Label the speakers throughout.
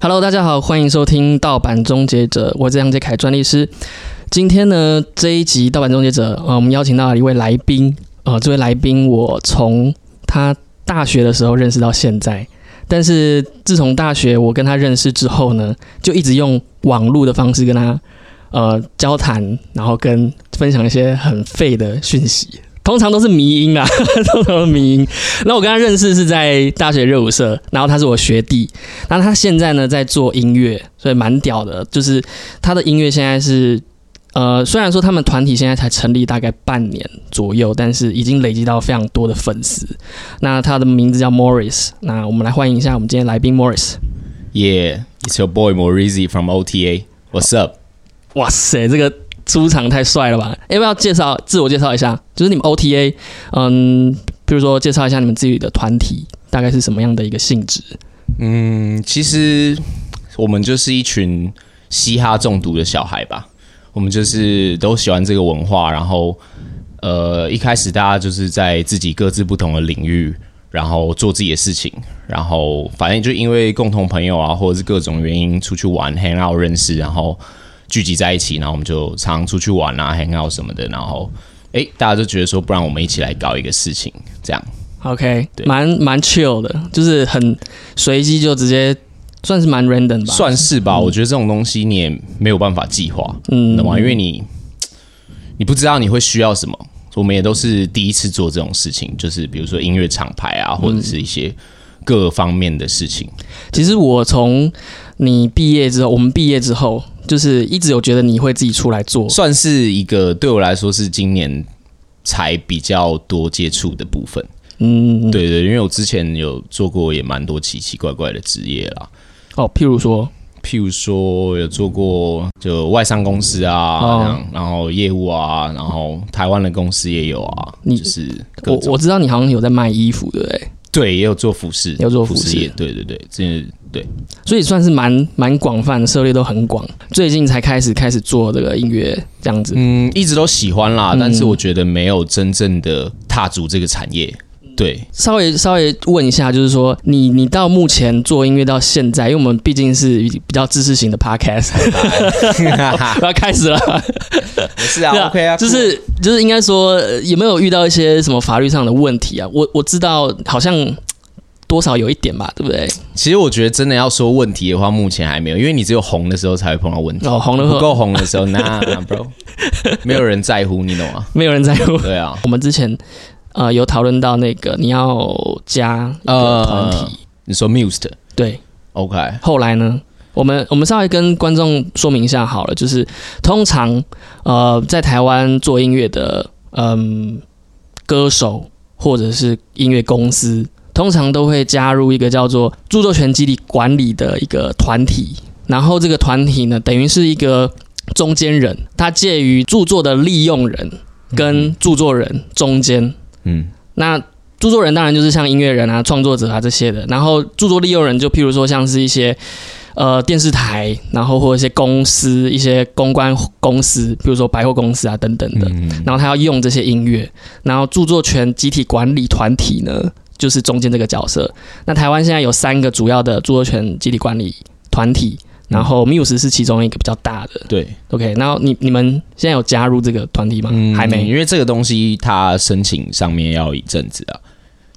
Speaker 1: Hello，大家好，欢迎收听《盗版终结者》，我是杨杰凯，专利师。今天呢，这一集《盗版终结者》，呃，我们邀请到了一位来宾，呃，这位来宾我从他大学的时候认识到现在，但是自从大学我跟他认识之后呢，就一直用网络的方式跟他呃交谈，然后跟分享一些很废的讯息。通常都是迷音啊， 通常都是迷音。那我跟他认识是在大学热舞社，然后他是我学弟，那他现在呢在做音乐，所以蛮屌的。就是他的音乐现在是，呃，虽然说他们团体现在才成立大概半年左右，但是已经累积到非常多的粉丝。那他的名字叫 Morris，那我们来欢迎一下我们今天来宾 Morris。
Speaker 2: Yeah, it's your boy Morizi from OTA. What's up？
Speaker 1: 哇塞，这个出场太帅了吧！要不要介绍自我介绍一下？就是你们 OTA，嗯，比如说介绍一下你们自己的团体大概是什么样的一个性质？
Speaker 2: 嗯，其实我们就是一群嘻哈中毒的小孩吧。我们就是都喜欢这个文化，然后呃，一开始大家就是在自己各自不同的领域，然后做自己的事情，然后反正就因为共同朋友啊，或者是各种原因出去玩、hang out 认识，然后聚集在一起，然后我们就常出去玩啊、hang out 什么的，然后诶，大家就觉得说，不然我们一起来搞一个事情，这样。
Speaker 1: OK，
Speaker 2: 对
Speaker 1: 蛮蛮 chill 的，就是很随机就直接算是蛮 random 吧，
Speaker 2: 算是吧。我觉得这种东西你也没有办法计划，
Speaker 1: 嗯
Speaker 2: 懂吗？因为你你不知道你会需要什么。我们也都是第一次做这种事情，就是比如说音乐厂牌
Speaker 1: 嗯
Speaker 2: 啊，或者是一些各方面的事情。
Speaker 1: 其实我从你毕业之后，我们毕业之后，就是一直有觉得你会自己出来做，
Speaker 2: 算是一个对我来说是今年才比较多接触的部分。
Speaker 1: 嗯，
Speaker 2: 对对，因为我之前有做过也蛮多奇奇怪怪的职业啦。
Speaker 1: 哦，譬如说，
Speaker 2: 譬如说有做过就外商公司啊，
Speaker 1: 哦
Speaker 2: 这样然后业务啊，然后台湾的公司也有啊，
Speaker 1: 你
Speaker 2: 就是各
Speaker 1: 我
Speaker 2: 种
Speaker 1: 我知道你好像有在卖衣服，对不对？
Speaker 2: 对也有做服饰，
Speaker 1: 有做服
Speaker 2: 服
Speaker 1: 饰
Speaker 2: 业，对对对，这对
Speaker 1: 所以算是蛮蛮广泛，涉猎都很广。最近才开始开始做这个音乐这样子，
Speaker 2: 嗯一直都喜欢啦，
Speaker 1: 嗯
Speaker 2: 但是我觉得没有真正的踏足这个产业，对，
Speaker 1: 稍微稍微问一下，就是说你你到目前做音乐到现在，因为我们毕竟是比较知识型的 podcast，我要开始了。
Speaker 2: 没事
Speaker 1: 对啊
Speaker 2: 啊
Speaker 1: 就是就是应该说呃有没有遇到一些什么法律上的问题啊？我我知道好像嘖多少有一点吧，对不对？
Speaker 2: 其实我觉得真的要说问题的话，目前还没有，因为你只有红的时候才会碰 到问题，
Speaker 1: 哦，红了
Speaker 2: 不
Speaker 1: 后
Speaker 2: 够红的时候，那 bro 没有人在乎，你懂吗？
Speaker 1: 没有人在乎。
Speaker 2: 对啊，
Speaker 1: 我们之前呃有讨论到那个你要加一个团体，
Speaker 2: 呃你说 Mused。
Speaker 1: 对，
Speaker 2: OK，
Speaker 1: 后来呢？我们我们稍微跟观众说明一下好了，就是通常呃在台湾做音乐的嗯、歌手或者是音乐公司，通常都会加入一个叫做著作权基地管理的一个团体，然后这个团体呢等于是一个中间人，它介于著作的利用人跟著作人中间，
Speaker 2: 嗯，
Speaker 1: 那著作人当然就是像音乐人啊、创作者啊这些的，然后著作利用人就譬如说像是一些呃电视台，然后或者一些公司、一些公关公司，比如说百货公司啊等等的，
Speaker 2: 嗯，
Speaker 1: 然后他要用这些音乐，然后著作权集体管理团体呢，就是中间这个角色。那台湾现在有三个主要的著作权集体管理团体，然
Speaker 2: 嗯
Speaker 1: 后 Muse 是其中一个比较大的。
Speaker 2: 对，
Speaker 1: OK，然后你你们现在有加入这个团体吗？还没。
Speaker 2: 嗯因为这个东西它申请上面要一阵子啊，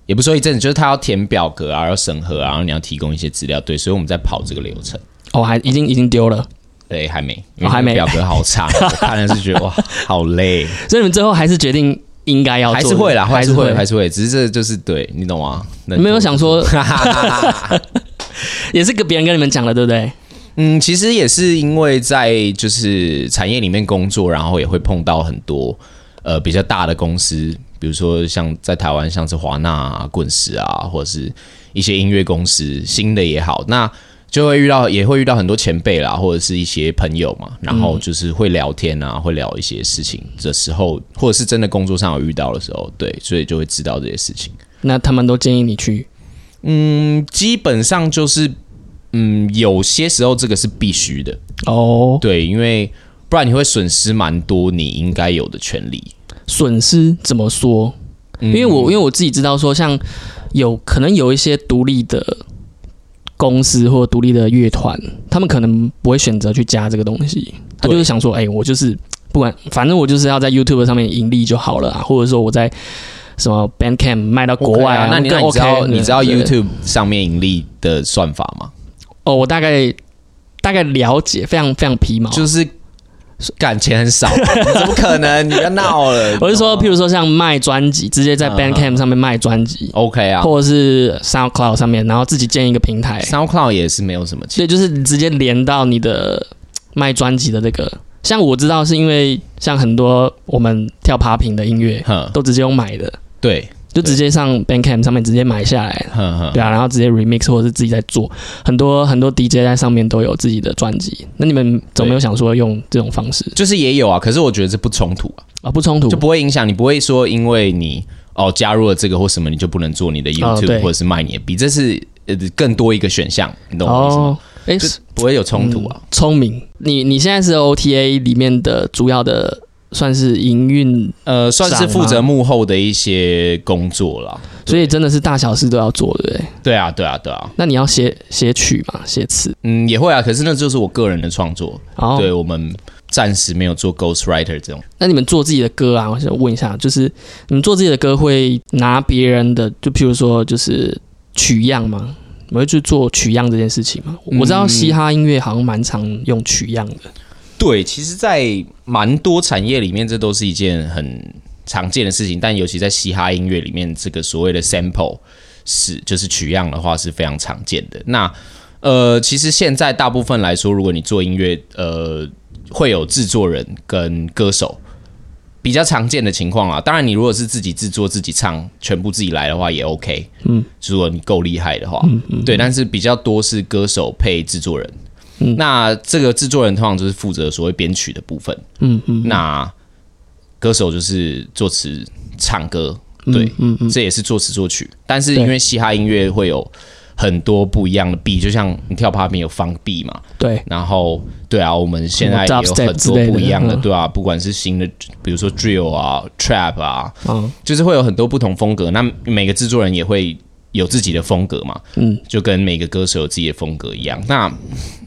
Speaker 2: 也不是说一阵子，就是它要填表格啊，要审核啊，然后你要提供一些资料，对，所以我们在跑这个流程。
Speaker 1: 哦，还已经已经丢了。
Speaker 2: 对，还没，因为
Speaker 1: 哦还没
Speaker 2: 表格好长， 我看了是觉得哇，好累，
Speaker 1: 所以你们最后还是决定应该要做
Speaker 2: 还
Speaker 1: 的，
Speaker 2: 是会啦，还是会，还
Speaker 1: 是
Speaker 2: 是会，只是这就是对你懂吗？能
Speaker 1: 你没有
Speaker 2: 做
Speaker 1: 想说，
Speaker 2: 哈哈哈哈
Speaker 1: 也是跟别人跟你们讲了，对不对？
Speaker 2: 嗯，其实也是因为在就是产业里面工作，然后也会碰到很多呃比较大的公司，比如说像在台湾像是华纳啊、滚石啊，或者是一些音乐公司，新的也好，那就会遇到也会遇到很多前辈啦，或者是一些朋友嘛，然后就是会聊天啊，会聊一些事情的时候，或者是真的工作上有遇到的时候，对，所以就会知道这些事情。
Speaker 1: 那他们都建议你去，
Speaker 2: 嗯，基本上就是嗯，有些时候这个是必须的。
Speaker 1: 哦，
Speaker 2: 对，因为不然你会损失蛮多你应该有的权利。
Speaker 1: 损失怎么说？
Speaker 2: 嗯
Speaker 1: 因为我因为我自己知道说，像有可能有一些独立的公司或独立的乐团，他们可能不会选择去加这个东西，他就是
Speaker 2: 对
Speaker 1: 想说，哎、我就是不管，反正我就是要在 YouTube 上面盈利就好了、啊，或者说我在什么 Bandcamp 卖到国外
Speaker 2: OK 啊，那你
Speaker 1: 更
Speaker 2: 那你知道
Speaker 1: OK
Speaker 2: 你知道
Speaker 1: 对
Speaker 2: YouTube 上面盈利的算法吗？
Speaker 1: 哦，我大概大概了解，非常非常皮毛。
Speaker 2: 就是感钱很少， 怎么可能？你不要闹 了。
Speaker 1: 我是说，譬
Speaker 2: 如
Speaker 1: 如说像卖专辑，直接在
Speaker 2: 嗯嗯
Speaker 1: Bandcamp 上面卖专辑，
Speaker 2: OK 啊
Speaker 1: 或者是 SoundCloud 上面，然后自己建一个平台，
Speaker 2: ，SoundCloud 也是没有什么钱。
Speaker 1: 所以就是直接连到你的卖专辑的这个。像我知道是因为像很多我们跳爬屏的音乐
Speaker 2: 哼，
Speaker 1: 都直接用买的，
Speaker 2: 对，
Speaker 1: 就直接上 Bandcamp 上面直接买下来，
Speaker 2: 哼哼
Speaker 1: 对，啊，然后直接 remix 或者是自己在做，很多很多 DJ 在上面都有自己的专辑。那你们怎么没有想说用这种方式
Speaker 2: 就是也有啊。可是我觉得这不冲突啊，
Speaker 1: 啊？不冲突
Speaker 2: 就不会影响你，不会说因为你哦加入了这个或什么，你就不能做你的
Speaker 1: 哦对
Speaker 2: YouTube 或者是卖你的币，这是呃更多一个选项，你懂我意思吗？
Speaker 1: 哦，哎，
Speaker 2: 就不会有冲突啊。
Speaker 1: 聪明，你你现在是 OTA 里面的主要的算是营运，
Speaker 2: 呃，算是
Speaker 1: 赏吗
Speaker 2: 负责幕后的一些工作啦。
Speaker 1: 所以真的是大小事都要做，对不对？
Speaker 2: 对啊，对啊，对啊，
Speaker 1: 那你要写写曲嘛，写词，
Speaker 2: 嗯，也会啊。可是那就是我个人的创作，
Speaker 1: 然后
Speaker 2: 对我们暂时没有做 Ghost Writer 这种。
Speaker 1: 那你们做自己的歌啊，我想问一下，就是你们做自己的歌会拿别人的，就譬如说就是取样吗？你们会去做取样这件事情吗？我知
Speaker 2: 嗯
Speaker 1: 道嘻哈音乐好像蛮常用取样的，
Speaker 2: 对，其实，在蛮多产业里面，这都是一件很常见的事情，但尤其在嘻哈音乐里面，这个所谓的 sample 是就是取样的话是非常常见的。那呃，其实现在大部分来说，如果你做音乐，呃，会有制作人跟歌手。比较常见的情况啊，当然你如果是自己制作、自己唱，全部自己来的话也 OK。嗯，如果你够厉害的话，对。但是比较多是歌手配制作人，那这个制作人通常就是负责所谓编曲的部分，
Speaker 1: 嗯嗯，
Speaker 2: 那歌手就是作词、唱歌，
Speaker 1: 嗯
Speaker 2: 对，
Speaker 1: 嗯嗯，
Speaker 2: 这也是作词作曲。但是因为嘻哈音乐会有很多不一样的 B，就像你跳 popping 有放 B 嘛，
Speaker 1: 对，
Speaker 2: 然后对啊，我们现在
Speaker 1: 什么
Speaker 2: 也有
Speaker 1: dubstep
Speaker 2: 很
Speaker 1: 之
Speaker 2: 多
Speaker 1: 类的
Speaker 2: 不一样的，
Speaker 1: 嗯
Speaker 2: 对啊，不管是新的，比如说 drill 啊、trap 啊，
Speaker 1: 嗯，
Speaker 2: 就是会有很多不同风格。那每个制作人也会有自己的风格嘛，
Speaker 1: 嗯，
Speaker 2: 就跟每个歌手有自己的风格一样。那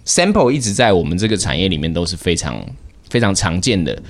Speaker 2: sample 一直在我们这个产业里面都是非常非常常见的。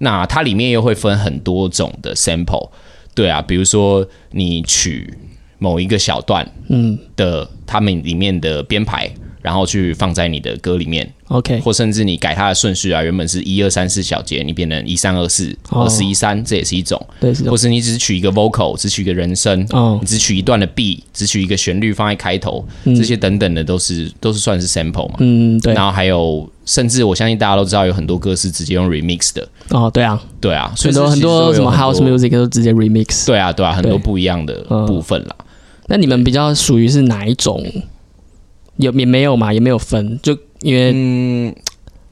Speaker 2: 那它里面又会分很多种的 sample，对啊，比如说你取某一个小段，
Speaker 1: 嗯
Speaker 2: 的他们里面的编排，然后去放在你的歌里面，
Speaker 1: ，OK，
Speaker 2: 或甚至你改它的顺序啊，原本是一二三四小节，你变成一三二四、
Speaker 1: 哦
Speaker 2: 二四一三，这也是一种。
Speaker 1: 对，是这
Speaker 2: 或
Speaker 1: 种，
Speaker 2: 是你只取一个 vocal，只取一个人声，
Speaker 1: 哦
Speaker 2: 你只取一段的 B，只取一个旋律放在开头，这些等等的都是都是算是 sample 嘛。
Speaker 1: 嗯，对
Speaker 2: 然，后还有，甚至我相信大家都知道，有很多歌是直接用 remix 的，
Speaker 1: 哦，对啊，
Speaker 2: 对啊，所
Speaker 1: 很多
Speaker 2: 以这
Speaker 1: 很
Speaker 2: 其实都
Speaker 1: 多
Speaker 2: 有
Speaker 1: 什么
Speaker 2: 很
Speaker 1: house music 都直接 remix，
Speaker 2: 对啊，对啊，很多
Speaker 1: 对
Speaker 2: 不一样的
Speaker 1: 嗯
Speaker 2: 部分啦。
Speaker 1: 那你们比较属于是哪一种？有也没有嘛，也没有分，就因为、
Speaker 2: 嗯，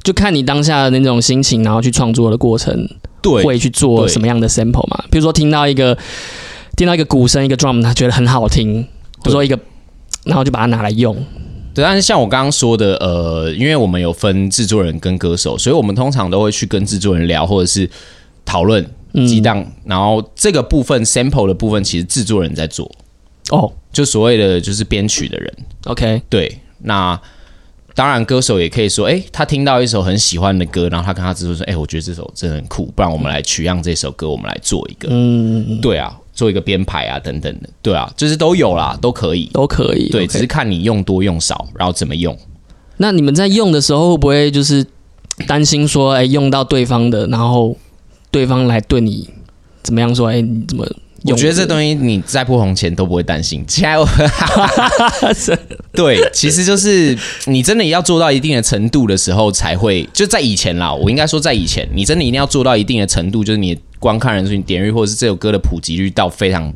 Speaker 1: 就看你当下的那种心情，然后去创作的过程
Speaker 2: 对，
Speaker 1: 会去做
Speaker 2: 对
Speaker 1: 什么样的 sample 嘛？比如说听到一个听到一个鼓声，一个 drum，他觉得很好听，或者说一个，然后就把它拿来用。
Speaker 2: 对，但是像我刚刚说的，呃，因为我们有分制作人跟歌手，所以我们通常都会去跟制作人聊，或者是讨论
Speaker 1: 嗯
Speaker 2: 激荡。然后这个部分 sample 的部分，其实制作人在做，
Speaker 1: 哦
Speaker 2: 就所谓的就是编曲的人。
Speaker 1: ，OK，
Speaker 2: 对，那当然歌手也可以说，哎，他听到一首很喜欢的歌，然后他跟他制作人说，哎，我觉得这首真的很酷，不然我们来取样这首歌，我们来做一个，
Speaker 1: 嗯，
Speaker 2: 对啊，做一个编排啊，等等的，对啊，就是都有啦，都可以。
Speaker 1: 都可以。
Speaker 2: 对，
Speaker 1: OK
Speaker 2: 只是看你用多用少，然后怎么用。
Speaker 1: 那你们在用的时候会不会就是担心说，哎、用到对方的，然后对方来对你怎么样说？哎、你怎么用？
Speaker 2: 我觉得这东西你在不红前都不会担心，现在我对，其实就是你真的要做到一定的程度的时候，才会就在以前啦。我应该说在以前，你真的一定要做到一定的程度，就是你观看人数、你点阅或者是这首歌的普及率到非常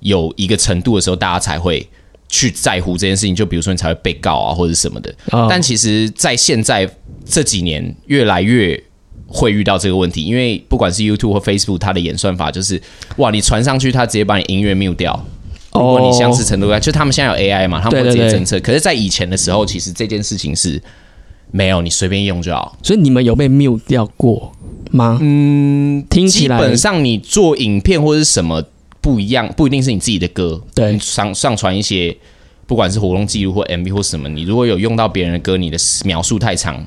Speaker 2: 有一个程度的时候，大家才会去在乎这件事情。就比如说你才会被告啊，或者是什么的。
Speaker 1: 哦
Speaker 2: 但其实，在现在这几年，越来越会遇到这个问题，因为不管是 YouTube 或 Facebook，它的演算法就是，哇，你传上去，它直接把你音乐 mute 掉。如果你相似程度高，就他们现在有 AI 嘛，他们
Speaker 1: 哦对
Speaker 2: 会
Speaker 1: 对
Speaker 2: 直接
Speaker 1: 对
Speaker 2: 侦测。可是，在以前的时候，其实这件事情是没有，你随便用就好。
Speaker 1: 所以你们有被 mute 掉过吗？嗯，听
Speaker 2: 基
Speaker 1: 起来
Speaker 2: 本上，你做影片或者是什么不一样，不一定是你自己的歌，
Speaker 1: 对
Speaker 2: 你上上传一些不管是活动记录或 MV 或什么，你如果有用到别人的歌，你的描述太长，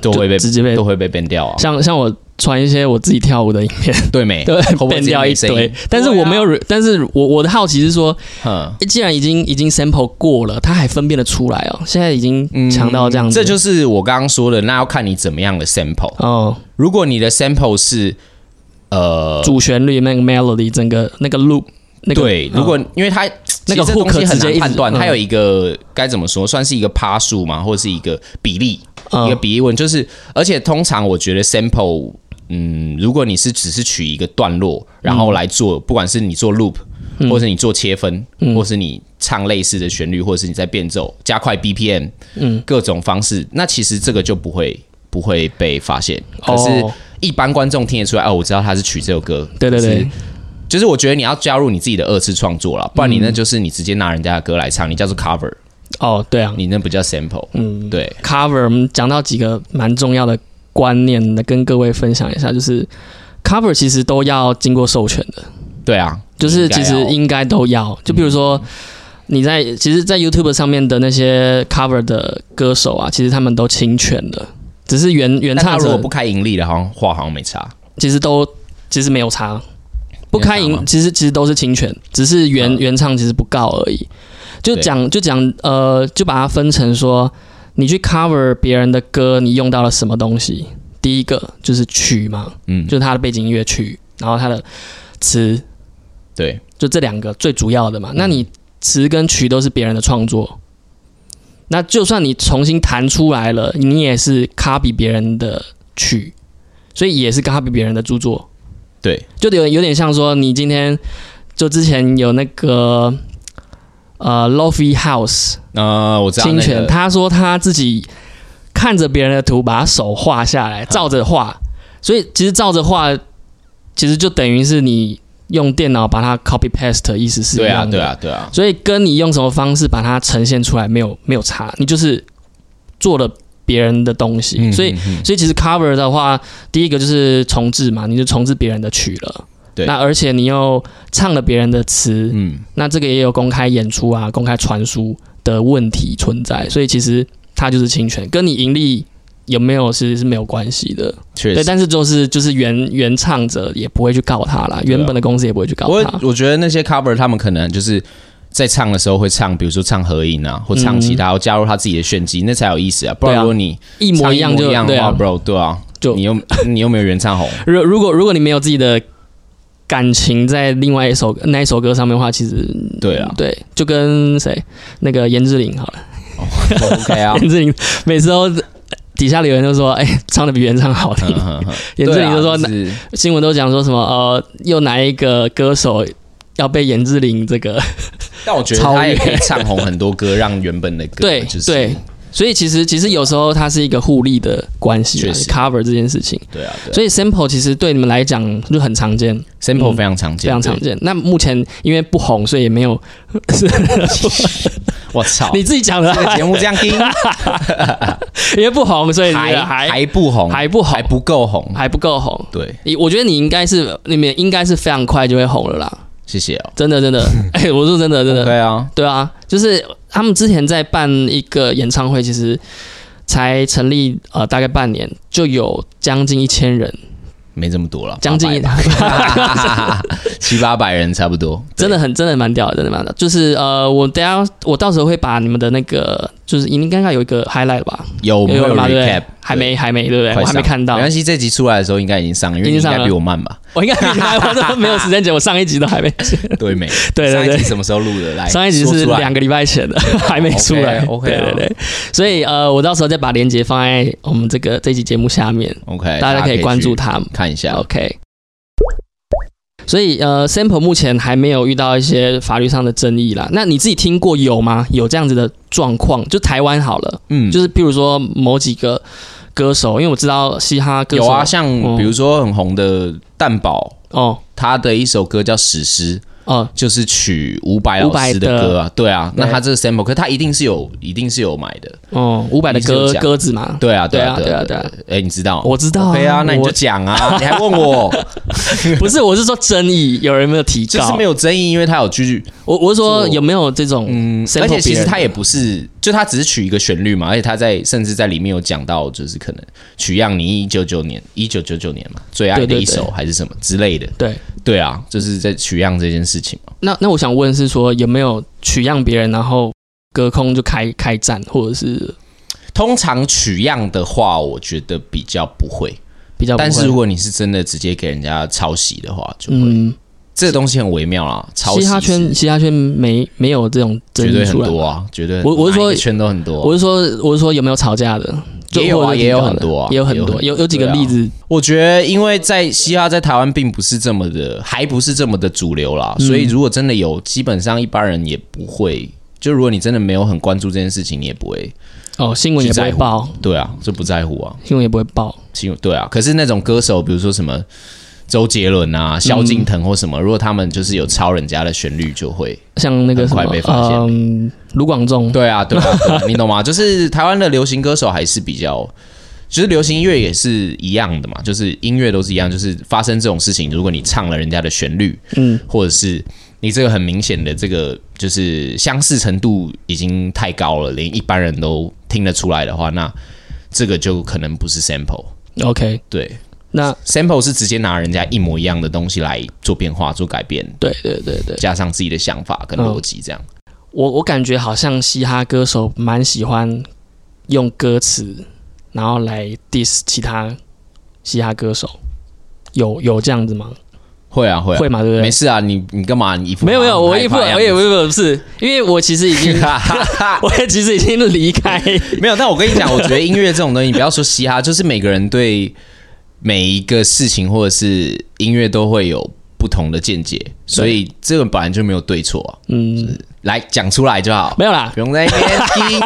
Speaker 2: 都会被
Speaker 1: 就直接被
Speaker 2: 都会被 ban 掉啊。
Speaker 1: 像像我传一些我自己跳舞的影片，
Speaker 2: 对没？
Speaker 1: 对
Speaker 2: 会不会
Speaker 1: 变掉一
Speaker 2: 直接没声
Speaker 1: 堆
Speaker 2: 音，啊
Speaker 1: 但是我没有，但是我我的好奇是说，
Speaker 2: 嗯，
Speaker 1: 诶既然已经已经 sample 过了，它还分辨得出来哦，现在已经强到这样子，
Speaker 2: 嗯这就是我刚刚说的，那要看你怎么样的 sample。
Speaker 1: 哦，
Speaker 2: 如果你的 sample 是呃，
Speaker 1: 主旋律那个 melody 整个那个 loop 那个嗯
Speaker 2: 对，如果因为它
Speaker 1: 那个
Speaker 2: 其实这东
Speaker 1: hook
Speaker 2: 西
Speaker 1: 直
Speaker 2: 很
Speaker 1: 接一
Speaker 2: 难
Speaker 1: 直
Speaker 2: 判断，
Speaker 1: 嗯
Speaker 2: 它有一个该怎么说，算是一个趴数嘛，或者是一个比例，
Speaker 1: 嗯
Speaker 2: 一个比例问，就是而且通常我觉得 sample，嗯，如果你是只是取一个段落，然后来做，不管是你做 loop，或
Speaker 1: 嗯
Speaker 2: 是你做切分，或是你唱类似的旋律，或是你在变奏加快 BPM，
Speaker 1: 嗯
Speaker 2: 各种方式，那其实这个就不会不会被发现，可是
Speaker 1: 哦
Speaker 2: 一般观众听得出来，哦，我知道他是取这首歌，
Speaker 1: 对对
Speaker 2: 可是
Speaker 1: 对，
Speaker 2: 就是我觉得你要加入你自己的二次创作了，不然你
Speaker 1: 嗯
Speaker 2: 那就是你直接拿人家的歌来唱，你叫做 cover，
Speaker 1: 哦对啊，
Speaker 2: 你那不叫 sample。
Speaker 1: 嗯
Speaker 2: 对，
Speaker 1: cover，我们讲到几个蛮重要的观念的，跟各位分享一下，就是 cover 其实都要经过授权的，
Speaker 2: 对啊，
Speaker 1: 就是其实应该都要，就比如说。
Speaker 2: 嗯
Speaker 1: 你在其实，在 YouTube 上面的那些 cover 的歌手啊，其实他们都侵权的，只是原原
Speaker 2: 但他
Speaker 1: 唱
Speaker 2: 如果
Speaker 1: 者
Speaker 2: 不开盈利的，好像话好像没差。
Speaker 1: 其实都其实没有差，不开
Speaker 2: 没有差
Speaker 1: 营
Speaker 2: 吗
Speaker 1: 其实其实都是侵权，只是原、
Speaker 2: 嗯
Speaker 1: 原唱其实不告而已。就
Speaker 2: 对
Speaker 1: 讲就讲呃，就把它分成说，你去 cover 别人的歌，你用到了什么东西？第一个就是曲嘛，
Speaker 2: 嗯，
Speaker 1: 就是它的背景音乐曲，然后它的词，
Speaker 2: 对，
Speaker 1: 就这两个最主要的嘛。那你词跟曲都是别人的创作。那就算你重新弹出来了，你也是 copy 别人的曲，所以也是 copy 别人的著作。
Speaker 2: 对，
Speaker 1: 就有有点像说，你今天就之前有那个呃 Lofi House
Speaker 2: 呃，我知道
Speaker 1: 侵
Speaker 2: 那
Speaker 1: 权，
Speaker 2: 个，
Speaker 1: 他说他自己看着别人的图，把他手画下
Speaker 2: 啊
Speaker 1: 来，照着画，所以其实照着画，其实就等于是你用电脑把它 copy paste，意思是一
Speaker 2: 对啊，
Speaker 1: 样的。
Speaker 2: 对啊，对啊，
Speaker 1: 所以跟你用什么方式把它呈现出来没有没有差，你就是做了别人的东西，
Speaker 2: 嗯
Speaker 1: 所以
Speaker 2: 嗯嗯
Speaker 1: 所以其实 cover 的话，第一个就是重置嘛，你就重置别人的曲了。
Speaker 2: 对
Speaker 1: 那而且你又唱了别人的词，
Speaker 2: 嗯，
Speaker 1: 那这个也有公开演出啊、公开传输的问题存在，所以其实它就是侵权，跟你盈利有没有其实是没有关系的。
Speaker 2: 确
Speaker 1: 对，
Speaker 2: 实。
Speaker 1: 但是就是就是原原唱者也不会去告他啦，原本的公司也不会去告
Speaker 2: 我
Speaker 1: 他。
Speaker 2: 我觉得那些 cover 他们可能就是在唱的时候会唱，比如说唱合影啊，或唱其他，或加入他自己的炫技，那才有意思啊。不然
Speaker 1: 对啊
Speaker 2: 如果你
Speaker 1: 一模
Speaker 2: 唱
Speaker 1: 一样就
Speaker 2: 一样
Speaker 1: 对
Speaker 2: 的话
Speaker 1: 啊。
Speaker 2: ，bro，对啊，
Speaker 1: 就
Speaker 2: 你又你又没有原唱红，
Speaker 1: 如如果如果你没有自己的感情在另外一首那一首歌上面的话，其实
Speaker 2: 对 啊
Speaker 1: 对，就跟谁那个严志玲好了。
Speaker 2: ，OK 啊，
Speaker 1: 严志玲每次都底下留言就说：“哎、唱的比原唱好听。
Speaker 2: 嗯哼 哼
Speaker 1: 严志玲就说：“
Speaker 2: 对啊就是
Speaker 1: 新闻都讲说什么呃，又哪一个歌手要被严志玲这个
Speaker 2: 但我觉得他也可以唱红很多歌，让原本的歌
Speaker 1: 对
Speaker 2: 就是
Speaker 1: 对。”所以其实其实有时候它是一个互利的关系啊
Speaker 2: 确实
Speaker 1: ，cover 这件事情。
Speaker 2: 对啊，对啊
Speaker 1: 所以 sample 其实对你们来讲就很常见，
Speaker 2: sample
Speaker 1: 嗯
Speaker 2: 非常常
Speaker 1: 非
Speaker 2: 见，
Speaker 1: 常常见。那目前因为不红，所以也没有，
Speaker 2: 我操
Speaker 1: 你自己讲的啊，
Speaker 2: 这个节目这样听
Speaker 1: 因为不红，所以你啊
Speaker 2: 还
Speaker 1: 哎还
Speaker 2: 还不红，
Speaker 1: 还不红
Speaker 2: 还，不够红，
Speaker 1: 还不够红。
Speaker 2: 对，
Speaker 1: 你我觉得你应该是你们应该是非常快就会红了啦，
Speaker 2: 谢谢哦，
Speaker 1: 真的真 的，哎、我说真的真的，
Speaker 2: 对啊，
Speaker 1: 对啊，就是他们之前在办一个演唱会，其实才成立呃大概半年，就有将近一千人，
Speaker 2: 没这么多了，
Speaker 1: 将近一
Speaker 2: 八百吧七八百人差不多，对
Speaker 1: 真的很真的蛮屌的，真的蛮屌。就是呃，我等一下我到时候会把你们的那个就是应该有一个 highlight 吧，
Speaker 2: 有没
Speaker 1: 了
Speaker 2: 有
Speaker 1: 吗？对不
Speaker 2: recap？
Speaker 1: 对？还没还没对不对？
Speaker 2: 快
Speaker 1: 我还没
Speaker 2: 上
Speaker 1: 看到
Speaker 2: 没，关系，这集出来的时候应该已经上了，因为
Speaker 1: 已经
Speaker 2: 你应
Speaker 1: 上了
Speaker 2: 该比我慢吧？
Speaker 1: 我应该比你还我都没有时间剪，我上一集都 还没剪。
Speaker 2: 对没？
Speaker 1: 对对
Speaker 2: 上一
Speaker 1: 对
Speaker 2: 集。什么时候录的？来，
Speaker 1: 上一集
Speaker 2: 说
Speaker 1: 是
Speaker 2: 出来
Speaker 1: 两个礼拜前的， 还没出来。
Speaker 2: OK，OK
Speaker 1: 对
Speaker 2: 啊
Speaker 1: 对对，所以呃，我到时候再把链接放在我们这个这期节目下面，
Speaker 2: ，OK，
Speaker 1: 大家可以关注
Speaker 2: 去啊
Speaker 1: 他。呃
Speaker 2: 看一下。
Speaker 1: OK。所以呃，Sample 目前还没有遇到一些法律上的争议啦。那你自己听过有吗？有这样子的状况？就台湾好了，
Speaker 2: 嗯，
Speaker 1: 就是譬如说某几个歌手，因为我知道嘻哈歌手
Speaker 2: 有啊，像
Speaker 1: 嗯
Speaker 2: 比如说很红的蛋宝，
Speaker 1: 哦，
Speaker 2: 他的一首歌叫《史诗》，
Speaker 1: 哦，
Speaker 2: 就是取伍佰老师
Speaker 1: 伍佰的
Speaker 2: 歌啊，对啊，
Speaker 1: 对
Speaker 2: 那他这个 sample，可他一定是有，一定是有买的，
Speaker 1: 哦，伍佰的
Speaker 2: 你是有
Speaker 1: 歌
Speaker 2: 讲
Speaker 1: 鸽子嘛，
Speaker 2: 对啊，啊，
Speaker 1: 对
Speaker 2: 对
Speaker 1: 啊对
Speaker 2: 对
Speaker 1: 啊，
Speaker 2: 哎，你知道？
Speaker 1: 我知道啊
Speaker 2: 对啊，那你
Speaker 1: 我
Speaker 2: 就讲 啊，你还问我，
Speaker 1: 不是，我是说争议有人没有提
Speaker 2: 就
Speaker 1: 高
Speaker 2: 是没，有争议，因为他有句，
Speaker 1: 我我是说
Speaker 2: 做
Speaker 1: 有没有这种，
Speaker 2: 嗯，
Speaker 1: sample
Speaker 2: 而且其
Speaker 1: 别
Speaker 2: 实
Speaker 1: 人
Speaker 2: 他也不是，就他只是取一个旋律嘛，而且他在甚至在里面有讲到，就是可能取样你一九九年一九九九年嘛，最爱
Speaker 1: 对
Speaker 2: 的
Speaker 1: 对
Speaker 2: 一
Speaker 1: 对
Speaker 2: 首还是什么之类的，
Speaker 1: 对，
Speaker 2: 对啊，就是在取样这件事情嘛。
Speaker 1: 那那我想问是说有没有取样别人，然后隔空就开开战，或者是
Speaker 2: 通常取样的话，我觉得比较不会。
Speaker 1: 比较不会？
Speaker 2: 但是如果你是真的直接给人家抄袭的话，就会、
Speaker 1: 嗯，
Speaker 2: 这个东西很微妙啦。抄袭
Speaker 1: 嘻哈
Speaker 2: 是
Speaker 1: 圈嘻哈圈没没有这种争
Speaker 2: 绝
Speaker 1: 议
Speaker 2: 对很
Speaker 1: 出来，
Speaker 2: 多啊，绝对很
Speaker 1: 我我是说
Speaker 2: 哪一个圈都很多啊、
Speaker 1: 我是说我是说有没有吵架的，就
Speaker 2: 也有啊
Speaker 1: 或者是
Speaker 2: 也有
Speaker 1: 提高
Speaker 2: 很
Speaker 1: 的
Speaker 2: 多啊
Speaker 1: 也有很
Speaker 2: 也有
Speaker 1: 多，
Speaker 2: 很
Speaker 1: 有有几个
Speaker 2: 对啊
Speaker 1: 例子，
Speaker 2: 我觉得，因为在嘻哈在台湾并不是这么的，还不是这么的主流啦，
Speaker 1: 嗯
Speaker 2: 所以如果真的有，基本上一般人也不会。就如果你真的没有很关注这件事情，你也不会，
Speaker 1: 哦，新闻也不会
Speaker 2: 去在乎
Speaker 1: 报，
Speaker 2: 对啊，就不在乎啊，
Speaker 1: 新闻也不会报，
Speaker 2: 新闻对啊。可是那种歌手，比如说什么周杰伦啊、萧敬腾或什么，如果他们就是有抄人家的旋律，就会
Speaker 1: 像那个什
Speaker 2: 很快
Speaker 1: 么
Speaker 2: 被，发现
Speaker 1: 嗯，卢广 仲，
Speaker 2: 对啊，对啊，对啊你懂吗？就是台湾的流行歌手还是比较，就是流行音乐也是一样的嘛，就是音乐都是一样，就是发生这种事情，如果你唱了人家的旋律，
Speaker 1: 嗯，
Speaker 2: 或者是你这个很明显的这个就是相似程度已经太高了，连一般人都听得出来的话，那这个就可能不是 sample。
Speaker 1: ，OK，
Speaker 2: 对
Speaker 1: 那
Speaker 2: ，sample 是直接拿人家一模一样的东西来做变化、做改变，
Speaker 1: 对对对对，
Speaker 2: 加上自己的想法跟
Speaker 1: 嗯
Speaker 2: 逻辑这样。
Speaker 1: 我我感觉好像嘻哈歌手蛮喜欢用歌词，然后来 diss 其他嘻哈歌手，有有这样子吗？
Speaker 2: 会啊，会啊，
Speaker 1: 会吗？对不
Speaker 2: 没
Speaker 1: 对？
Speaker 2: 事啊，你你干嘛？你一副
Speaker 1: 没有没有，
Speaker 2: 很
Speaker 1: 我
Speaker 2: 害
Speaker 1: 也不，
Speaker 2: 怕的样
Speaker 1: 我
Speaker 2: 子
Speaker 1: 也不不不是，因为我其实已经， 我也其实已经离开，
Speaker 2: 没有，但我跟你讲，我觉得音乐这种东西，你不要说嘻哈，就是每个人对每一个事情或者是音乐都会有不同的见解，所以这个本来就没有对错啊、
Speaker 1: 嗯，
Speaker 2: 来讲出来 就好，
Speaker 1: 没有啦，
Speaker 2: 不用在那边 听，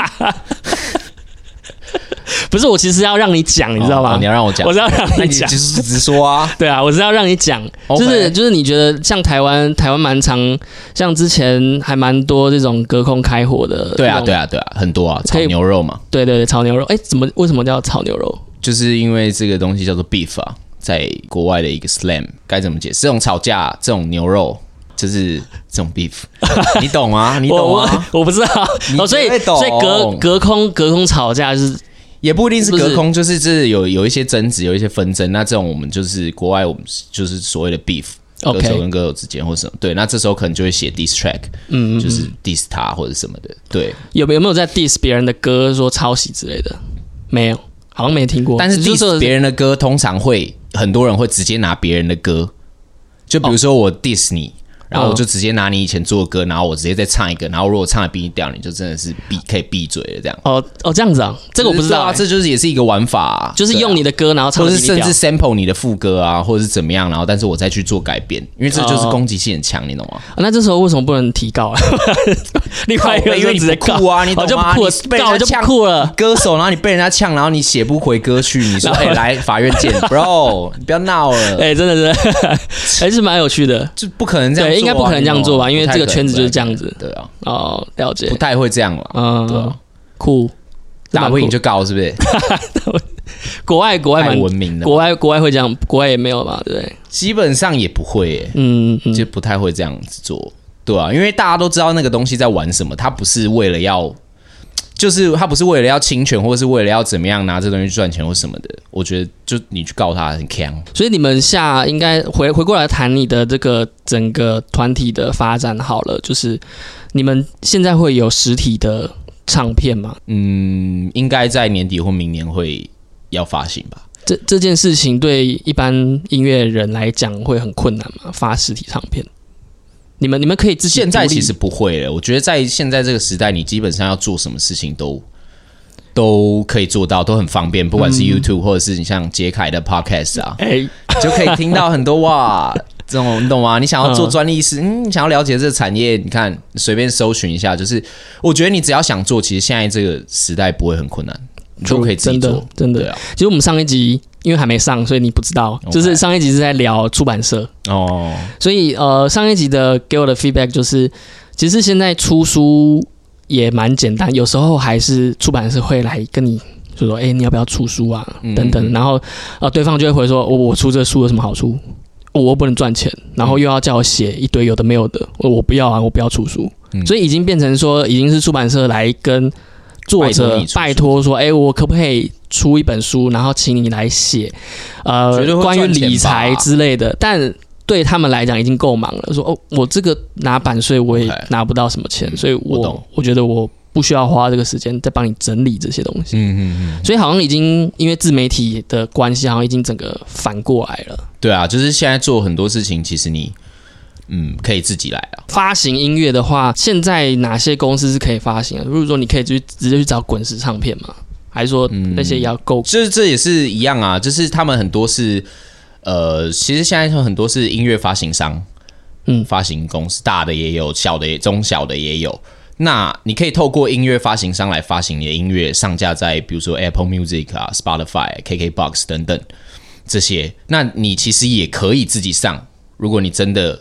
Speaker 1: 不是我其实要让你讲，你知道
Speaker 2: 哦
Speaker 1: 吗
Speaker 2: 哦你？要让我讲
Speaker 1: 我，是要让
Speaker 2: 那
Speaker 1: 你
Speaker 2: 你
Speaker 1: 讲
Speaker 2: 就，是直说啊。
Speaker 1: 对啊，我是要让你讲，就是
Speaker 2: OK
Speaker 1: 就是你觉得像台湾台湾蛮常，像之前还蛮多这种隔空开火的，
Speaker 2: 对啊，对啊，对啊，很多啊，炒
Speaker 1: 可以
Speaker 2: 牛肉嘛，
Speaker 1: 对对对，炒牛肉。哎，怎么为什么叫炒牛肉？
Speaker 2: 就是因为这个东西叫做 beef 啊，在国外的一个 slam，该怎么解释？这种吵架，这种牛肉，就是这种 beef，你懂吗？你懂吗？
Speaker 1: 我我我不知道，
Speaker 2: 你
Speaker 1: 哦，所以
Speaker 2: 绝对懂
Speaker 1: 所以隔隔空隔空吵架就是
Speaker 2: 也不一定是
Speaker 1: 是不
Speaker 2: 隔
Speaker 1: 是
Speaker 2: 空，就是这有有一些争执，有一些纷争。那这种我们就是国外，我们就是所谓的 beef，歌手
Speaker 1: OK，
Speaker 2: 跟歌手之间或什么。对，那这时候可能就会写 diss track，
Speaker 1: 嗯，
Speaker 2: 就是 diss 他或者什么的。对，
Speaker 1: 有没有有没有在 diss 别人的歌说抄袭之类的？没有，好像没听过。
Speaker 2: 但是
Speaker 1: 就是
Speaker 2: diss 别人的歌，通常会很多人会直接拿别人的歌，就比如说我 diss 你。
Speaker 1: 嗯
Speaker 2: 然后我就直接拿你以前做的歌，然后我直接再唱一个，然后如果唱的比你屌，你就真的是闭可以闭嘴了这样。
Speaker 1: 哦哦这样子啊，这个我不知道、
Speaker 2: 啊，
Speaker 1: 哎
Speaker 2: 这就是也是一个玩法啊、
Speaker 1: 就是
Speaker 2: 对啊
Speaker 1: 用你的歌然后唱
Speaker 2: 或
Speaker 1: 得
Speaker 2: 是
Speaker 1: 比你
Speaker 2: 甚
Speaker 1: 屌
Speaker 2: 至 sample 你的副歌啊，或者是怎么样，然后但是我再去做改变，因为这
Speaker 1: 哦
Speaker 2: 就是攻击性很强，你懂吗？
Speaker 1: 啊那这时候为什么不能提 告啊？另外一个
Speaker 2: 因
Speaker 1: 就
Speaker 2: 为你
Speaker 1: 直接
Speaker 2: 不
Speaker 1: 告
Speaker 2: 酷啊，你
Speaker 1: 我
Speaker 2: 懂
Speaker 1: 哦就不
Speaker 2: 吗？
Speaker 1: 酷了
Speaker 2: 你被，人
Speaker 1: 告
Speaker 2: 家
Speaker 1: 我就不
Speaker 2: 呛
Speaker 1: 酷了。
Speaker 2: 歌手，然后你被人家呛，然后你写不回歌去，你说 哎、来法院见，bro，你不要闹了，
Speaker 1: 哎、真的是，还是蛮有趣的。
Speaker 2: 就不可能这样做啊、
Speaker 1: 对，应该不可能这样做吧？
Speaker 2: 你
Speaker 1: 因为
Speaker 2: 懂吗
Speaker 1: 这个圈子就是这，样
Speaker 2: 不
Speaker 1: 子。
Speaker 2: 太可能对啊，
Speaker 1: 哦，了解
Speaker 2: 不。太会这样了，对
Speaker 1: 嗯
Speaker 2: 啊，
Speaker 1: 酷，这
Speaker 2: 打
Speaker 1: 蛮
Speaker 2: 不赢
Speaker 1: 酷
Speaker 2: 就告，是不是？
Speaker 1: 国外国外
Speaker 2: 太
Speaker 1: 蛮
Speaker 2: 文明了，
Speaker 1: 国外国外会这样，国外也没有吧？对不对？
Speaker 2: 基本上也不会、耶。
Speaker 1: 嗯嗯，
Speaker 2: 就不太会这样子做，对啊，因为大家都知道那个东西在玩什么，他不是为了要，就是他不是为了要侵权，或是为了要怎么样拿这东西赚钱或什么的。我觉得就你去告他很强，
Speaker 1: 所以你们下应该回回过来谈你的这个整个团体的发展好了，就是你们现在会有实体的唱片吗？
Speaker 2: 嗯，应该在年底或明年会要发行吧。
Speaker 1: 这这件事情对一般音乐人来讲会很困难吗？发实体唱片，你们你们可以自己
Speaker 2: 现在
Speaker 1: 独立
Speaker 2: 其实不会了，我觉得在现在这个时代，你基本上要做什么事情都。都可以做到，都很方便，不管是
Speaker 1: 嗯
Speaker 2: YouTube、或者是你像杰凯的 Podcast 啊，
Speaker 1: 哎、
Speaker 2: 就可以听到很多哇，这种你懂吗？你想要做专利师，嗯，你想要了解这个产业，你看随便搜寻一下，就是我觉得你只要想做，其实现在这个时代不会很困难，你就可以自己
Speaker 1: 真的
Speaker 2: 做，
Speaker 1: 真的
Speaker 2: 对啊，
Speaker 1: 其实我们上一集因为还没上，所以你不知道。
Speaker 2: OK
Speaker 1: 就是上一集是在聊出版社，
Speaker 2: 哦，
Speaker 1: 所以呃，上一集的给我的 feedback 就是，其实现在出书也蛮简单，有时候还是出版社会来跟你就说，哎、你要不要出书啊？
Speaker 2: 嗯
Speaker 1: 等等，然后呃，对方就会回说，我我出这书有什么好处？我又不能赚钱，然后又要叫我写一堆有的没有的，我我不要啊，我不要出书，
Speaker 2: 嗯
Speaker 1: 所以已经变成说，已经是出版社来跟作
Speaker 2: 拜托
Speaker 1: 者
Speaker 2: 你出书
Speaker 1: 拜托说，哎、我可不可以出一本书，然后请你来写，呃
Speaker 2: 绝对，会
Speaker 1: 关于
Speaker 2: 赚钱
Speaker 1: 理财
Speaker 2: 吧
Speaker 1: 之类的，但。对他们来讲已经够忙了，说哦，我这个拿版税我也
Speaker 2: OK 嗯
Speaker 1: 拿不到什么钱，所以我
Speaker 2: 我
Speaker 1: 我
Speaker 2: 懂
Speaker 1: 觉得我不需要花这个时间再帮你整理这些东西。
Speaker 2: 嗯嗯嗯，
Speaker 1: 所以好像已经因为自媒体的关系，好像已经整个反过来了。
Speaker 2: 对啊，就是现在做很多事情，其实你嗯可以自己来啊。
Speaker 1: 发行音乐的话，现在哪些公司是可以发行的？如果说你可以去直接去找滚石唱片嘛，还是说
Speaker 2: 嗯
Speaker 1: 那些也要够？
Speaker 2: 就是这也是一样啊，就是他们很多是呃，其实现在很多是音乐发行商，
Speaker 1: 嗯
Speaker 2: 发行公司大的也有，小的也中小的也有。那你可以透过音乐发行商来发行你的音乐，上架在比如说 Apple Music 啊、Spotify、KKBox 等等这些。那你其实也可以自己上，如果你真的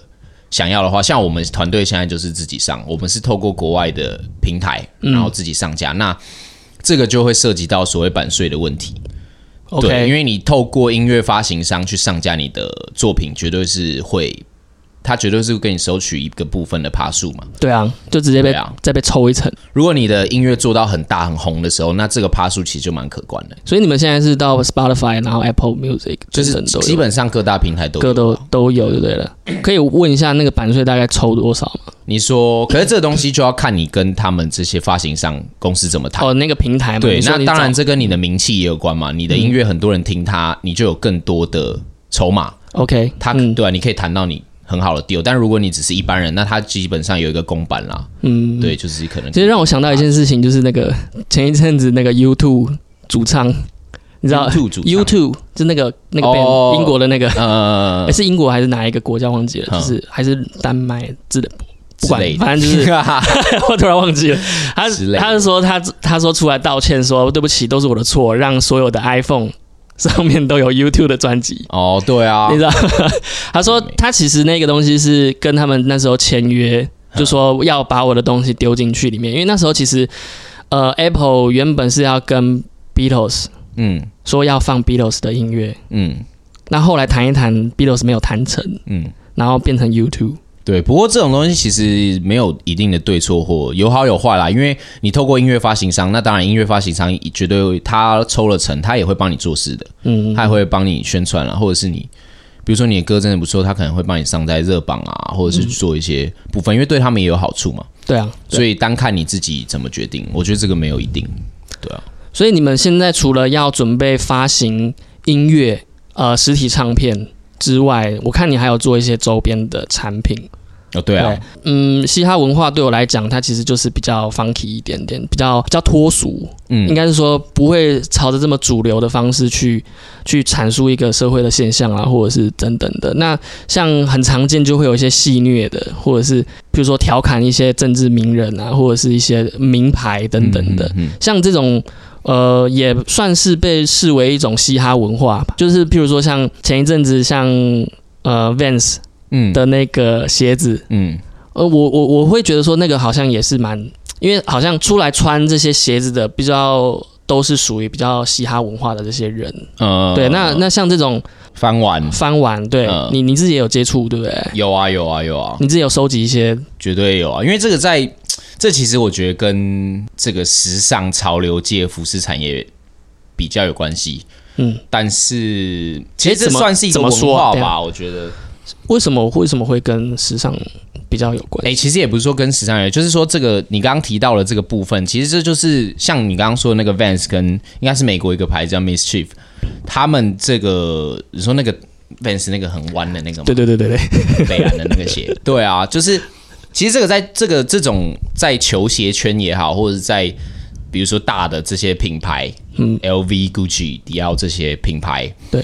Speaker 2: 想要的话，像我们团队现在就是自己上，我们是透过国外的平台，然后自己上架。那这个就会涉及到所谓版税的问题。对，
Speaker 1: OK，
Speaker 2: 因为你透过音乐发行商去上架你的作品，绝对是会，他绝对是跟你收取一个部分的趴数嘛。
Speaker 1: 对啊，就直接被、
Speaker 2: 对啊
Speaker 1: 再被抽一层。
Speaker 2: 如果你的音乐做到很大很红的时候，那这个趴数其实就蛮可观的，
Speaker 1: 所以你们现在是到 Spotify，然后 Apple Music，
Speaker 2: 就是
Speaker 1: 等等都有
Speaker 2: 基本上各大平台都
Speaker 1: 歌
Speaker 2: 有。啊嗯
Speaker 1: 都都有就对了。可以问一下那个版税大概抽多少吗？
Speaker 2: 你说，可是这个东西就要看你跟他们这些发行商公司怎么谈。
Speaker 1: 哦，那个平台嘛，
Speaker 2: 对，
Speaker 1: 你说
Speaker 2: 那
Speaker 1: 你
Speaker 2: 当
Speaker 1: 找嗯
Speaker 2: 然这跟你的名气也有关嘛。你的音乐很多人听它，你就有更多的筹码，
Speaker 1: OK，
Speaker 2: 他
Speaker 1: 嗯
Speaker 2: 对啊，你可以谈到你很好的 deal。但如果你只是一般人，那他基本上有一个公版啦。
Speaker 1: 嗯，
Speaker 2: 对，就是可能
Speaker 1: 其实让我想到一件事情，就是那个前一阵子那个 YouTube 主唱，你知道
Speaker 2: YouTube 主唱
Speaker 1: YouTube 哎就那个那个 band，、
Speaker 2: 哦
Speaker 1: 英国的那个，
Speaker 2: 呃
Speaker 1: 诶是英国还是哪一个国家忘记了，
Speaker 2: 嗯
Speaker 1: 就是还是丹麦之类，不
Speaker 2: 之
Speaker 1: 管
Speaker 2: 类，的，
Speaker 1: 反正就是 我突然忘记了。他
Speaker 2: 之类的
Speaker 1: 他是说他他说出来道歉说对不起，都是我的错，让所有的 iPhone 上面都有 YouTube 的专辑。
Speaker 2: 哦，对啊
Speaker 1: 你，知道， 他说他其实那个东西是跟他们那时候签约，
Speaker 2: 嗯
Speaker 1: 就说要把我的东西丢进去里面，因为那时候其实呃，Apple 原本是要跟 Beatles
Speaker 2: 嗯
Speaker 1: 说要放 Beatles 的音乐，
Speaker 2: 嗯
Speaker 1: 那后来谈一谈 Beatles 没有谈成，
Speaker 2: 嗯，
Speaker 1: 然后变成 YouTube。
Speaker 2: 对。不过这种东西其实没有一定的对错或有好有坏啦，因为你透过音乐发行商，那当然音乐发行商绝对会他抽了成，他也会帮你做事的，
Speaker 1: 嗯，
Speaker 2: 他也会帮你宣传啦，或者是你。比如说你的歌真的不错，他可能会帮你上在热榜啊，或者是做一些部分，因为对他们也有好处嘛。
Speaker 1: 对啊，嗯对
Speaker 2: 所以单看你自己怎么决定，我觉得这个没有一定。
Speaker 1: 所以你们现在除了要准备发行音乐呃实体唱片之外，我看你还有做一些周边的产品。
Speaker 2: 哦，对啊，
Speaker 1: 嗯，嘻哈文化对我来讲，它其实就是比较 funky 一点点，比较比较脱俗，
Speaker 2: 嗯
Speaker 1: 应该是说不会朝着这么主流的方式去去阐述一个社会的现象啊，或者是等等的。那像很常见就会有一些戏谑的，或者是比如说调侃一些政治名人啊，或者是一些名牌等等的，
Speaker 2: 嗯，嗯嗯
Speaker 1: 像这种。呃，也算是被视为一种嘻哈文化吧，就是譬如说像前一阵子像呃 Vans
Speaker 2: 嗯
Speaker 1: 的那个鞋子，
Speaker 2: 嗯，
Speaker 1: 呃，我我我会觉得说那个好像也是蛮，因为好像出来穿这些鞋子的比较都是属于比较嘻哈文化的这些人，
Speaker 2: 呃，
Speaker 1: 对，那那像这种
Speaker 2: 翻碗
Speaker 1: 翻玩，对、
Speaker 2: 嗯
Speaker 1: 你你自己也有接触，对不对？
Speaker 2: 有啊有啊有啊，
Speaker 1: 你自己有收集一些，
Speaker 2: 绝对有啊，因为这个在这其实我觉得跟这个时尚潮流界服饰产业比较有关系，
Speaker 1: 嗯，
Speaker 2: 但是其
Speaker 1: 诶
Speaker 2: 实这
Speaker 1: 怎么
Speaker 2: 算是一个
Speaker 1: 怎么
Speaker 2: 文
Speaker 1: 说
Speaker 2: 化
Speaker 1: 对啊
Speaker 2: 吧，我觉得，
Speaker 1: 为什么为什么会跟时尚比较有关？
Speaker 2: 哎、其实也不是说跟时尚有关，就是说这个你刚刚提到了这个部分，其实这就是像你刚刚说的那个 Vans 跟应该是美国一个牌子叫 Mischief，他们这个你说那个 Vans 那个很弯的那个吗？
Speaker 1: 对对对对对，
Speaker 2: 北兰的那个鞋。 对啊，就是其实这个在这个这种在球鞋圈也好，或者是在比如说大的这些品牌，嗯，LV、GUCCI、迪奥这些品牌，
Speaker 1: 对，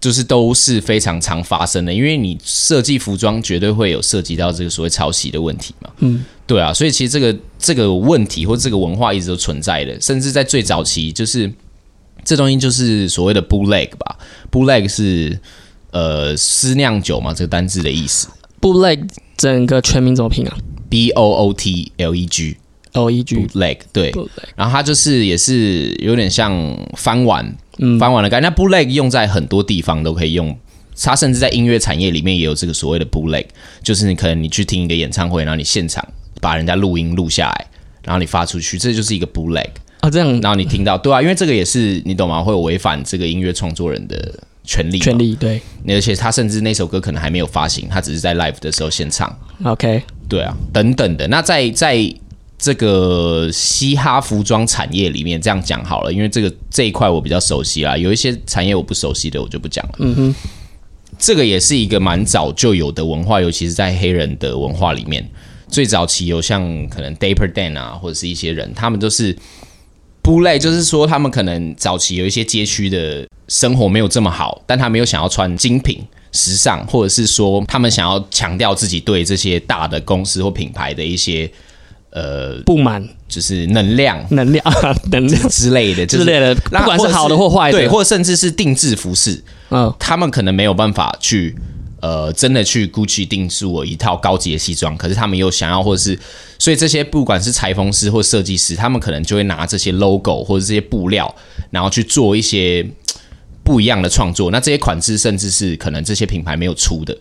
Speaker 2: 就是都是非常常发生的，因为你设计服装绝对会有涉及到这个所谓抄袭的问题嘛。
Speaker 1: 嗯，
Speaker 2: 对啊，所以其实这个这个问题或这个文化一直都存在的，甚至在最早期就是。这东西就是所谓的 bootleg 吧，bootleg 是呃私酿酒嘛，这个单字的意思
Speaker 1: ，bootleg 整个全名怎么拼啊
Speaker 2: ，b o o t l e g
Speaker 1: ？L E G
Speaker 2: bootleg 对，
Speaker 1: bootleg，
Speaker 2: 然后它就是也是有点像翻碗
Speaker 1: 嗯，
Speaker 2: 翻碗的概念。那 bootleg 用在很多地方都可以用，它甚至在音乐产业里面也有这个所谓的 bootleg，就是你可能你去听一个演唱会，然后你现场把人家录音录下来，然后你发出去，这就是一个 bootleg。
Speaker 1: 啊，这样
Speaker 2: 然后你听到，对啊，因为这个也是你懂吗？会违反这个音乐创作人的权利嘛，
Speaker 1: 权利对
Speaker 2: 而且他甚至那首歌可能还没有发行，他只是在 live 的时候现唱。
Speaker 1: ，OK，
Speaker 2: 对啊，等等的。那在在这个嘻哈服装产业里面，这样讲好了，因为这个这一块我比较熟悉啦，有一些产业我不熟悉的我就不讲了。嗯哼，这个也是一个蛮早就有的文化，尤其是在黑人的文化里面，最早期有像可能 Dapper Dan 啊，或者是一些人，他们都是。不累，就是说他们可能早期有一些街区的生活没有这么好，但他们又想要穿精品、时尚，或者是说他们想要强调自己对这些大的公司或品牌的一些呃，
Speaker 1: 不满
Speaker 2: 就是能量
Speaker 1: 能量 能量
Speaker 2: 之类的，就
Speaker 1: 之
Speaker 2: 是
Speaker 1: 类的，
Speaker 2: 让
Speaker 1: 不管
Speaker 2: 或
Speaker 1: 是
Speaker 2: 者
Speaker 1: 好的或坏的，
Speaker 2: 对，或甚至是定制服饰，
Speaker 1: 嗯
Speaker 2: 他们可能没有办法去呃真的去 Gucci 定制我一套高级的西装，可是他们又想要，或者是所以这些不管是裁缝师或设计师，他们可能就会拿这些 logo 或者这些布料，然后去做一些嘖不一样的创作。那这些款式甚至是可能这些品牌没有出的。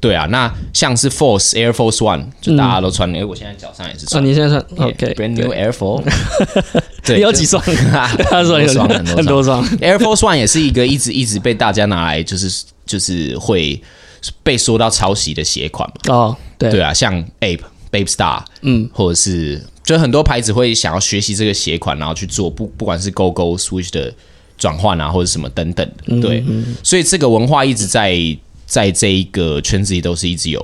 Speaker 2: 对啊，那像是 Force Air Force One，就大家都穿，因为我现在脚上也是
Speaker 1: 啊，
Speaker 2: 穿
Speaker 1: 你现在算
Speaker 2: Yeah,
Speaker 1: OK，
Speaker 2: 嗯 brand new
Speaker 1: 对
Speaker 2: Air Force，对，
Speaker 1: 你有
Speaker 2: 就
Speaker 1: 几双？他
Speaker 2: 很
Speaker 1: 说 啊有
Speaker 2: 多双很多
Speaker 1: 很多双，
Speaker 2: Air Force One 也是一个一直一直被大家拿来就是就是会被说到抄袭的鞋款嘛。
Speaker 1: 哦，对
Speaker 2: 对啊，像 Ape、Bape Star，
Speaker 1: 嗯，
Speaker 2: 或者是就很多牌子会想要学习这个鞋款，然后去做不不管是 Go Go Switch 的转换啊，或者什么等等
Speaker 1: 嗯
Speaker 2: 的。对，所以这个文化一直在在这一个圈子里都是一直有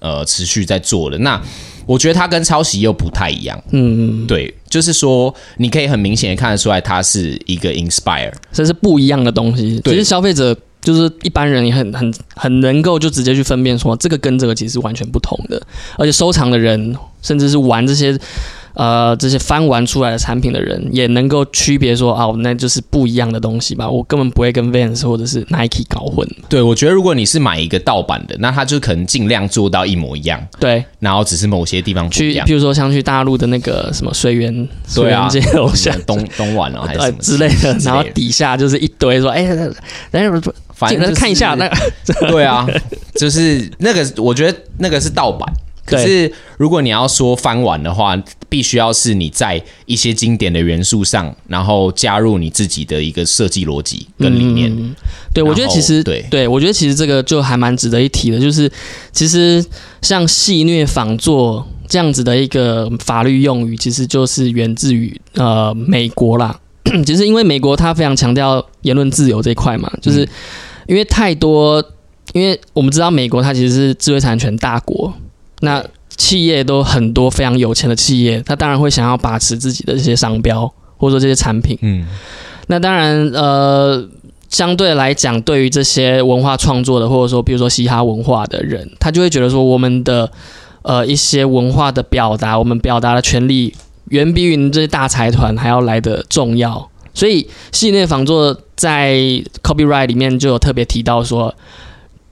Speaker 2: 呃持续在做的。那我觉得它跟抄袭又不太一样，
Speaker 1: 嗯，嗯，
Speaker 2: 对，就是说你可以很明显的看得出来，它是一个 inspire。
Speaker 1: 这是不一样的东西。
Speaker 2: 对啊
Speaker 1: 只是消费者就是一般人也很很很能够就直接去分辨说这个跟这个其实完全不同的，而且收藏的人甚至是玩这些。呃，这些翻玩出来的产品的人也能够区别说，哦，那就是不一样的东西吧。我根本不会跟 Vans 或者是 Nike 搞混。
Speaker 2: 对，我觉得如果你是买一个盗版的，那它就可能尽量做到一模一样，
Speaker 1: 对，
Speaker 2: 然后只是某些地方不一
Speaker 1: 去，
Speaker 2: 样
Speaker 1: 譬。如说像去大陆的那个什么水源，水
Speaker 2: 对啊
Speaker 1: 源街楼下
Speaker 2: 什么 东东莞哦，还是
Speaker 1: 呃
Speaker 2: 什么
Speaker 1: 之类的，然后
Speaker 2: 之类
Speaker 1: 底下就是一堆说，哎、但是
Speaker 2: 反正、
Speaker 1: 进
Speaker 2: 就是、
Speaker 1: 来看一下，那个
Speaker 2: 对啊，就是那个，我觉得那个是盗版。可
Speaker 1: 对
Speaker 2: 是如果你要说翻碗的话，必须要是你在一些经典的元素上，然后加入你自己的一个设计逻辑跟理念。
Speaker 1: 嗯对，我觉得其
Speaker 2: 然
Speaker 1: 实
Speaker 2: 后对
Speaker 1: 我觉得其实这个就还蛮值得一提的，就是其实像戏谑仿作这样子的一个法律用语，其实就是源自于呃美国啦。其实因为美国它非常强调言论自由这一块嘛，就是
Speaker 2: 嗯
Speaker 1: 因为太多，因为我们知道美国它其实是智慧产权大国，那企业都很多非常有钱的企业，它当然会想要把持自己的这些商标或者说这些产品。
Speaker 2: 嗯，
Speaker 1: 那当然，呃，相对来讲，对于这些文化创作的，或者说比如说嘻哈文化的人，他就会觉得说，我们的呃一些文化的表达，我们表达的权利，远比于你这些大财团还要来的重要。所以，系列仿作在 copyright 里面就有特别提到说，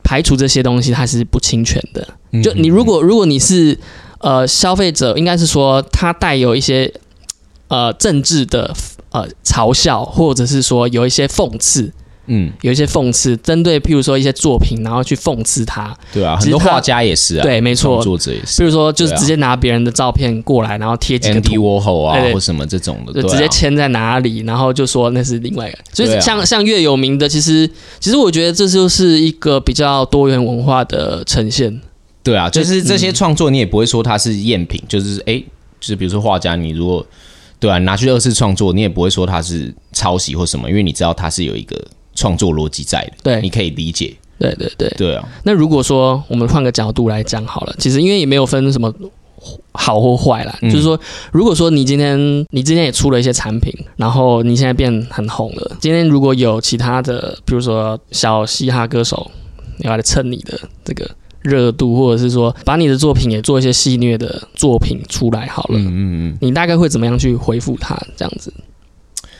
Speaker 1: 排除这些东西它是不侵权的。
Speaker 2: 嗯
Speaker 1: 就你如果如果你是呃消费者，应该是说他带有一些呃政治的呃嘲笑，或者是说有一些讽刺，
Speaker 2: 嗯，
Speaker 1: 有一些讽刺针对譬如说一些作品，然后去讽刺他。
Speaker 2: 对啊，
Speaker 1: 其
Speaker 2: 很
Speaker 1: 实
Speaker 2: 多
Speaker 1: 它
Speaker 2: 画家也是啊，
Speaker 1: 对，没
Speaker 2: 创
Speaker 1: 错。
Speaker 2: 作者也是
Speaker 1: 譬如说，就是
Speaker 2: 对啊
Speaker 1: 直接拿别人的照片过来，然后贴几个图，
Speaker 2: ，Andy Warhol 啊
Speaker 1: 对对
Speaker 2: 或什么这种的，
Speaker 1: 就
Speaker 2: 对啊
Speaker 1: 直接签在哪里，然后就说那是另外一个。所
Speaker 2: 对
Speaker 1: 以
Speaker 2: 啊
Speaker 1: 像像越有名的，其实其实我觉得这就是一个比较多元文化的呈现。
Speaker 2: 对啊，
Speaker 1: 就
Speaker 2: 就是这些创作，你也不会说它是赝品，就是诶，就是比如说画家，你如果对啊拿去二次创作，你也不会说它是抄袭或什么，因为你知道它是有一个创作逻辑在的，
Speaker 1: 对
Speaker 2: 你可以理解。
Speaker 1: 对对对。
Speaker 2: 对啊，
Speaker 1: 那如果说我们换个角度来讲好了，其实因为也没有分什么好或坏啦，
Speaker 2: 嗯
Speaker 1: 就是说，如果说你今天你今天也出了一些产品，然后你现在变很红了，今天如果有其他的，比如说小嘻哈歌手，要来蹭你的这个热度，或者是说把你的作品也做一些戏谑的作品出来好了，
Speaker 2: 嗯嗯嗯，
Speaker 1: 你大概会怎么样去回复他这样子？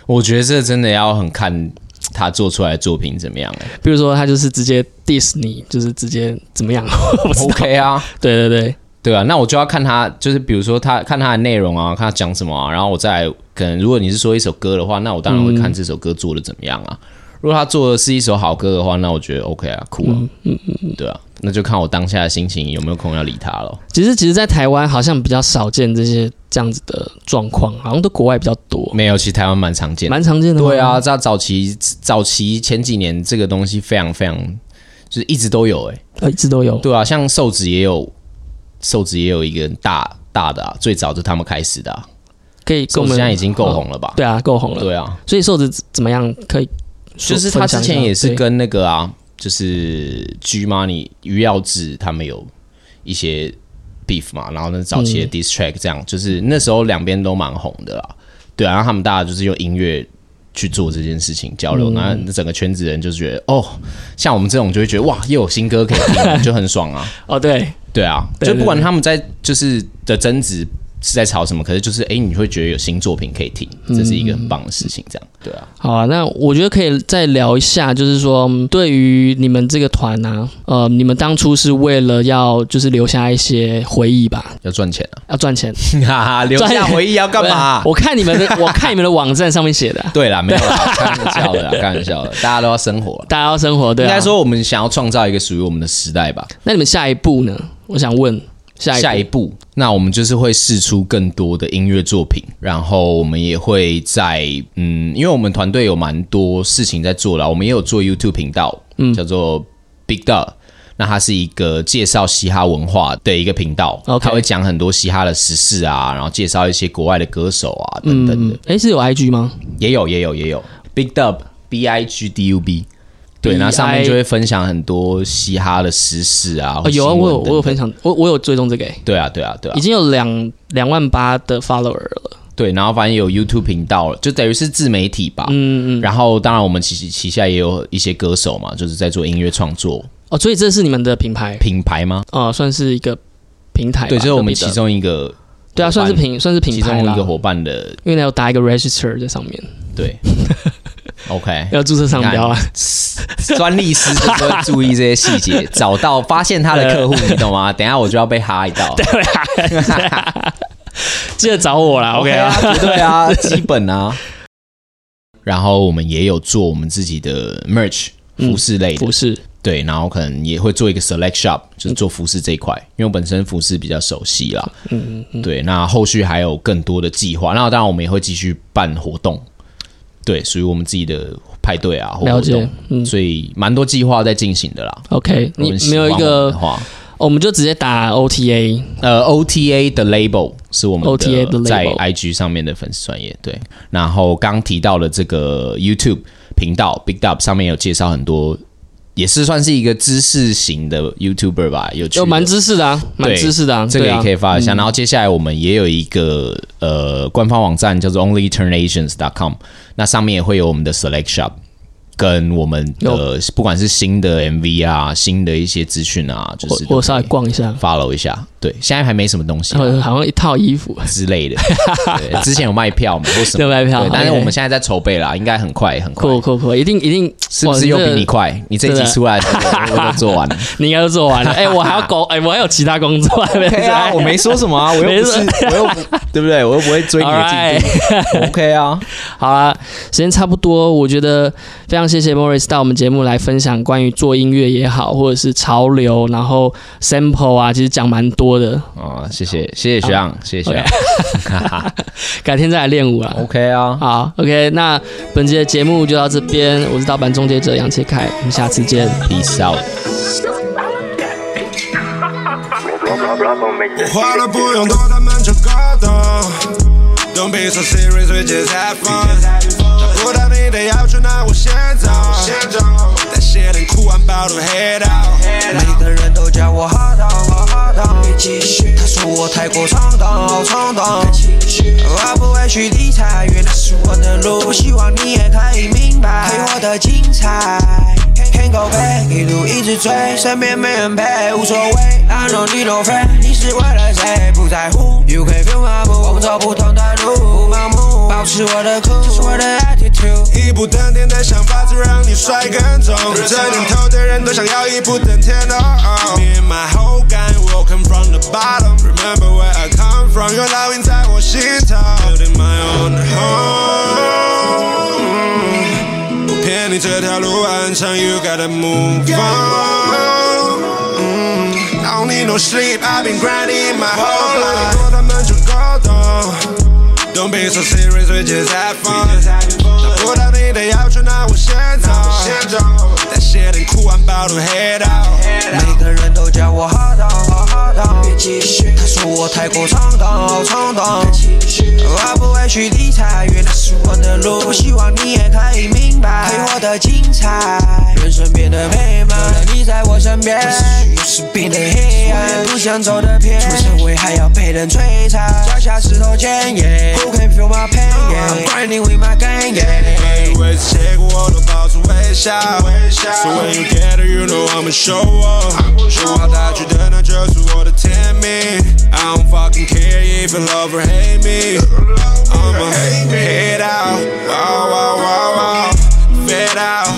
Speaker 2: 我觉得这真的要很看他做出来的作品怎么样、欸。
Speaker 1: 比如说他就是直接 diss 你，就是直接怎么样？ 我不知道
Speaker 2: OK 啊，
Speaker 1: 对对对，
Speaker 2: 对啊，那我就要看他，就是比如说他看他的内容啊，看他讲什么啊，然后我再来可能如果你是说一首歌的话，那我当
Speaker 1: 嗯
Speaker 2: 然会看这首歌做的怎么样啊。如果他做的是一首好歌的话，那我觉得 OK 啊，酷啊，嗯嗯，对啊，那就看我当下的心情有没有空要理他咯。
Speaker 1: 其实其实，在台湾好像比较少见这些这样子的状况，好像都国外比较多，
Speaker 2: 没有，其实台湾蛮常见的。
Speaker 1: 蛮常见的。
Speaker 2: 嗯对，啊，在早期早期前几年，这个东西非常非常，就是一直都有哎、
Speaker 1: 呃，一直都有。
Speaker 2: 对啊，像瘦子也有，瘦子也有一个大大的啊，最早就他们开始的、啊，
Speaker 1: 可以跟
Speaker 2: 瘦
Speaker 1: 我
Speaker 2: 子
Speaker 1: 们
Speaker 2: 现在已经够红了吧？
Speaker 1: 对啊，够红了。
Speaker 2: 对啊，
Speaker 1: 所以瘦子怎么样？可以说
Speaker 2: 就是他之前也
Speaker 1: 分
Speaker 2: 是
Speaker 1: 享一下
Speaker 2: 跟那个啊，就是 G Money 于耀志他们有一些 beef 嘛，然后呢早
Speaker 1: 嗯
Speaker 2: 期的 diss track 这样，就是那时候两边都蛮红的啦。对啊，然后他们大家就是用音乐去做这件事情交
Speaker 1: 嗯
Speaker 2: 流，那、整个圈子人就觉得哦，像我们这种就会觉得哇，又有新歌可以听，就很爽 啊。
Speaker 1: 对哦，对，
Speaker 2: 对啊，
Speaker 1: 对
Speaker 2: 就不管他们在就是的争执是在吵什么，可是就是哎、诶你会觉得有新作品可以听，这是一个很棒的事情。这样对啊，
Speaker 1: 好啊。那我觉得可以再聊一下，就是说嗯对于你们这个团啊，呃，你们当初是为了要就是留下一些回忆吧，
Speaker 2: 要赚钱啊，
Speaker 1: 要赚钱。啊
Speaker 2: 哈哈，留下回忆要干嘛？
Speaker 1: 我看你们的，我看你们的网站上面写的啊、
Speaker 2: 对啦，没有啦，开玩笑 的啦，开玩笑的，大家都要生活啦。
Speaker 1: 大家要生活，对、
Speaker 2: 应
Speaker 1: 啊。
Speaker 2: 该，说，我们想要创造一个属于我们的时代吧。
Speaker 1: 那你们下一步呢？我想问下一步
Speaker 2: 下一步，那我们就是会试出更多的音乐作品，然后我们也会在嗯，因为我们团队有蛮多事情在做了，我们也有做 YouTube 频道，嗯，叫做 Big Dog。那它是一个介绍嘻哈文化的一个频道
Speaker 1: OK
Speaker 2: 它会讲很多嘻哈的时事啊，然后介绍一些国外的歌手啊等等的，
Speaker 1: 嗯，哎、是有 IG 吗？
Speaker 2: 也有也有也有 Big Dub B I G D U B，对，
Speaker 1: B I
Speaker 2: 那上面就会分享很多嘻哈的时事啊，
Speaker 1: 哦，有啊，
Speaker 2: 或新闻
Speaker 1: 我有我有
Speaker 2: 等等
Speaker 1: 分享，我我有追踪这个、诶
Speaker 2: 对啊对啊对啊
Speaker 1: 已，经有两两万八的 follower 了。
Speaker 2: 对，然后反正有 YouTube 频道了，就等于是自媒体吧。嗯嗯。然后当然我们旗旗下也有一些歌手嘛，就是在做音乐创作
Speaker 1: 哦，所以这是你们的品牌，
Speaker 2: 品牌吗？
Speaker 1: 哦，算是一个平台吧。
Speaker 2: 对，这是我们
Speaker 1: 隔壁
Speaker 2: 其
Speaker 1: 的
Speaker 2: 中一个
Speaker 1: 对啊，
Speaker 2: 伙伴
Speaker 1: 算是品算是品
Speaker 2: 其
Speaker 1: 牌
Speaker 2: 中
Speaker 1: 啦
Speaker 2: 一个，伙伴的
Speaker 1: 因为你要打一个 register 在上面，
Speaker 2: 对。OK，
Speaker 1: 要注册商标啊。
Speaker 2: 专利师就是会注意这些细 节，找到发现他的客户，你懂吗？等一下我就要被哈一道。啊
Speaker 1: 记得找我啦
Speaker 2: OK 啊，绝对啊，基本啊。然后我们也有做我们自己的 merch 服饰类的
Speaker 1: 服，饰
Speaker 2: 对，然后可能也会做一个 select shop，就是做服饰这一块，因为我本身服饰比较熟悉啦。嗯嗯对，那后续还有更多的计划，那当然我们也会继续办活动，对，属于我们自己的派对啊或活
Speaker 1: 了解
Speaker 2: 动，，
Speaker 1: 嗯
Speaker 2: 所以蛮多计划在进行的啦。
Speaker 1: ，OK，
Speaker 2: 如
Speaker 1: 你
Speaker 2: 果喜
Speaker 1: 没有
Speaker 2: 欢
Speaker 1: 一
Speaker 2: 我们
Speaker 1: 个哦
Speaker 2: 的，话，
Speaker 1: 我们就直接打 OTA，
Speaker 2: 呃，OTA 的 label 是我们
Speaker 1: OTA 的 label
Speaker 2: 在 IG 上面的粉丝专业对。然后刚提到了这个 YouTube 频道 Big Up 上面有介绍很多，也是算是一个知识型的 YouTuber 吧，有趣的
Speaker 1: 有蛮知识的啊，蛮
Speaker 2: 对
Speaker 1: 知识的啊，
Speaker 2: 这个
Speaker 1: 对
Speaker 2: 也
Speaker 1: 啊
Speaker 2: 可以发一下。然后接下来我们也有一个呃官方网站叫做 onlyturnations.com，那上面也会有我们的 select shop。跟我们的不管是新的 MV 啊，新的一些资讯啊，就
Speaker 1: 我
Speaker 2: 是
Speaker 1: 我稍微
Speaker 2: 都可以
Speaker 1: 逛一下，
Speaker 2: follow 一下。对，现在还没什么东西啊、
Speaker 1: 然 后好像一套衣服，
Speaker 2: 之类的。对，之前有卖票嘛，或什 么
Speaker 1: 对，卖票
Speaker 2: 对，，但是
Speaker 1: OK
Speaker 2: 我们现在在筹备啦，应该很快，很快
Speaker 1: 酷。酷酷，一定一定，
Speaker 2: 是不是又
Speaker 1: 哇
Speaker 2: 比你？
Speaker 1: 这
Speaker 2: 快？你这一集
Speaker 1: 真的
Speaker 2: 出来的时候，我都做完了。
Speaker 1: 你应该都做完 了，哎，我还要搞，哎，我还有其他工作还没
Speaker 2: 对啊，我没说什么啊，我又不是，我又不对不对？我又不会追你的进度。OK 啊，
Speaker 1: 好啦，时间差不多，我觉得非常谢谢 Morris 到我们节目来分享关于做音乐也好，或者是潮流，然后 sample 啊，其实讲蛮多的。
Speaker 2: 哦，谢谢，谢谢学长，谢谢学长。
Speaker 1: 改天再来练舞啦。
Speaker 2: OK 啊，
Speaker 1: 好，OK，那本期的节目就到这边，我是盗版终结者杨切凯，我们下次见。
Speaker 2: ，peace out。
Speaker 3: 花了不用多，他们就搞懂。Don't be so serious, we just have fun。找不到你的要求，那我先走。但 shit 很酷，I'm about to head out。
Speaker 4: 每个人都叫我哈当，我哈当。他说我太过冲动，好冲动。我不会去理睬，原来是我的路。我希望你也可以明白，陪我的精彩。天狗飞，一路一直追，身边没人陪，无所谓。I know you don't care，你是为了谁不在乎？You can feel my move，我们走不同的路，不盲目。保持我的酷，这是我的 attitude。
Speaker 3: 义不登天的想法，只让你摔跟头。对着念头的人都想要一步登天的。Oh, oh. Me and my whole gang will come from the bottom. Remember where I come from，有烙印在我心头。Building my own home，不骗你，这条路很长，You gotta move on。嗯 I don't need no sleep, I've been grinding my whole life. 多他们就搞懂。Don't be so serious, we just have fun. 找不到你的要求，那我先走。That shit ain't cool, I'm about to head out.
Speaker 4: 每个人都叫我哈当哈哈当，别继续。他说我太过冲动冲动，我不会去理睬，原来是我的路。我希望你也可以明白，可以活得精彩。人生变得美满，有了你在我身边，也是变得黑暗。我也不想走得偏，出社会还要被人摧残，脚下石头尖。Yeah, who can feel my pain? Yeah, I'm grinding with my gang. Yeah.
Speaker 3: 以为是结果，我都保持微笑。So when you get it, you know I'ma show up。无法带去的那就是我的甜蜜。I don't fucking care if you love or hate me。I'ma head out, wow wow wow wow, fed out。